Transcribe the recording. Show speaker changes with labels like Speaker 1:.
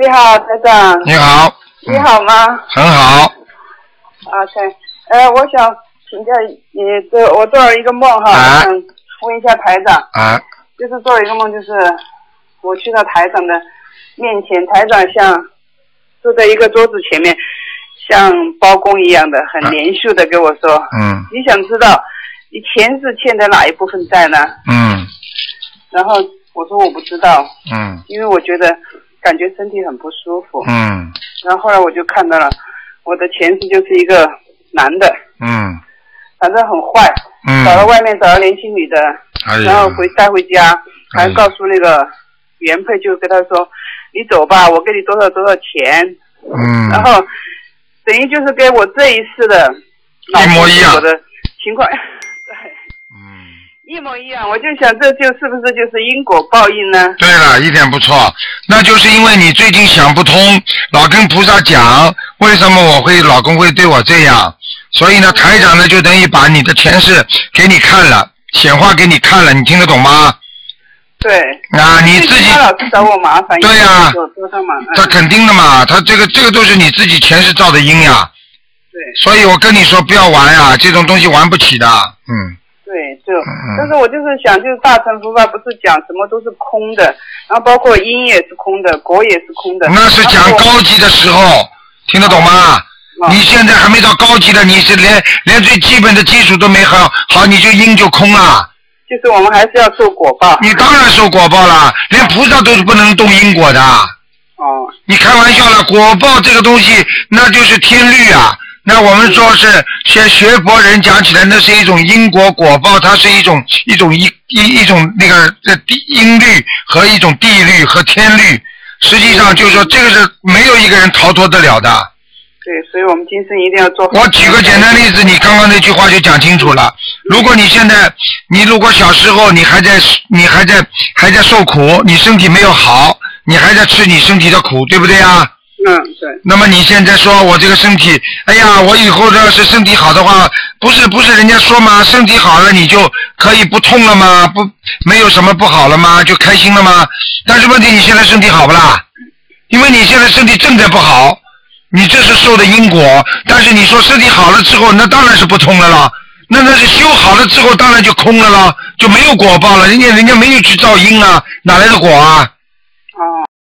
Speaker 1: 你好，台长。
Speaker 2: 你好，嗯
Speaker 1: 你好吗？
Speaker 2: 很好，
Speaker 1: 啊，对。呃，我想请教你，对我做了一个梦哈，
Speaker 2: 啊
Speaker 1: 我想问一下台长，
Speaker 2: 啊，
Speaker 1: 就是做了一个梦，就是我去到台长的面前，台长像坐在一个桌子前面，像包公一样的，很
Speaker 2: 啊
Speaker 1: 连续的跟我说，
Speaker 2: 嗯
Speaker 1: 你想知道你前世欠的哪一部分债呢？
Speaker 2: 嗯
Speaker 1: 然后我说我不知道，
Speaker 2: 嗯
Speaker 1: 因为我觉得感觉身体很不舒服。
Speaker 2: 嗯
Speaker 1: 然后后来我就看到了，我的前世就是一个男的，
Speaker 2: 嗯
Speaker 1: 反正很坏，
Speaker 2: 嗯，
Speaker 1: 找了外面找了年轻女的，
Speaker 2: 哎呀
Speaker 1: 然后回带回家，还
Speaker 2: 哎
Speaker 1: 告诉那个原配，就跟他说，你走吧，我给你多少多少钱，
Speaker 2: 嗯，
Speaker 1: 然后等于就是跟我这一世的老
Speaker 2: 一模一样
Speaker 1: 公的情况， 对，
Speaker 2: 嗯，
Speaker 1: 一模一样。我就想这就是不是就是因果报应呢？
Speaker 2: 对了，一点不错，那就是因为你最近想不通，老跟菩萨讲为什么我会老公会对我这样，所
Speaker 1: 嗯
Speaker 2: 以呢，台长呢就等于把你的前世给你看了，显化给你看了，你听得懂吗？
Speaker 1: 对，
Speaker 2: 啊，你
Speaker 1: 最
Speaker 2: 自己
Speaker 1: 近他老是找我麻烦，
Speaker 2: 对呀
Speaker 1: 有多少嘛？嗯
Speaker 2: 他肯定的嘛，他这个这个都是你自己前世造的因呀，
Speaker 1: 对。
Speaker 2: 所以我跟你说不要玩呀，这种东西玩不起的，嗯
Speaker 1: 对，就
Speaker 2: 嗯，
Speaker 1: 但是我就是想，就是大乘佛法不是讲什么都是空的，然后包括因也是空的，果也是空的。
Speaker 2: 那是
Speaker 1: 然
Speaker 2: 讲
Speaker 1: 后
Speaker 2: 高级的时候，听得懂吗？
Speaker 1: 我啊
Speaker 2: 你现在还没到高级的，你是连连最基本的基础都没好，好你就因就空了，
Speaker 1: 就是我们还是要受果报。
Speaker 2: 你当然受果报了，连菩萨都是不能动因果的。
Speaker 1: 哦，
Speaker 2: 你开玩笑了，果报这个东西那就是天律啊。那我们说是学学佛人讲起来，那是一种因果果报，它是一种一种一一一种那个呃地因律和一种地律和天律。实际上就是说，这个是没有一个人逃脱得了的。
Speaker 1: 对，所以我们今生一定要做好。
Speaker 2: 我举个简单例子，你刚刚那句话就讲清楚了。如果你现在，你如果小时候你还在你还在还在受苦，你身体没有好，你还在吃你身体的苦，对不对啊？
Speaker 1: 嗯，对，
Speaker 2: 那么你现在说我这个身体，哎呀，我以后要是身体好的话，不是不是人家说嘛，身体好了你就可以不痛了吗？不没有什么不好了吗？就开心了吗？但是问题你现在身体好不啦？因为你现在身体正在不好，你这是受的因果。但是你说身体好了之后，那当然是不痛了啦，那那是修好了之后，当然就空了啦，就没有果报了。人家人家没有去造因啊，哪来的果啊？
Speaker 1: 哦。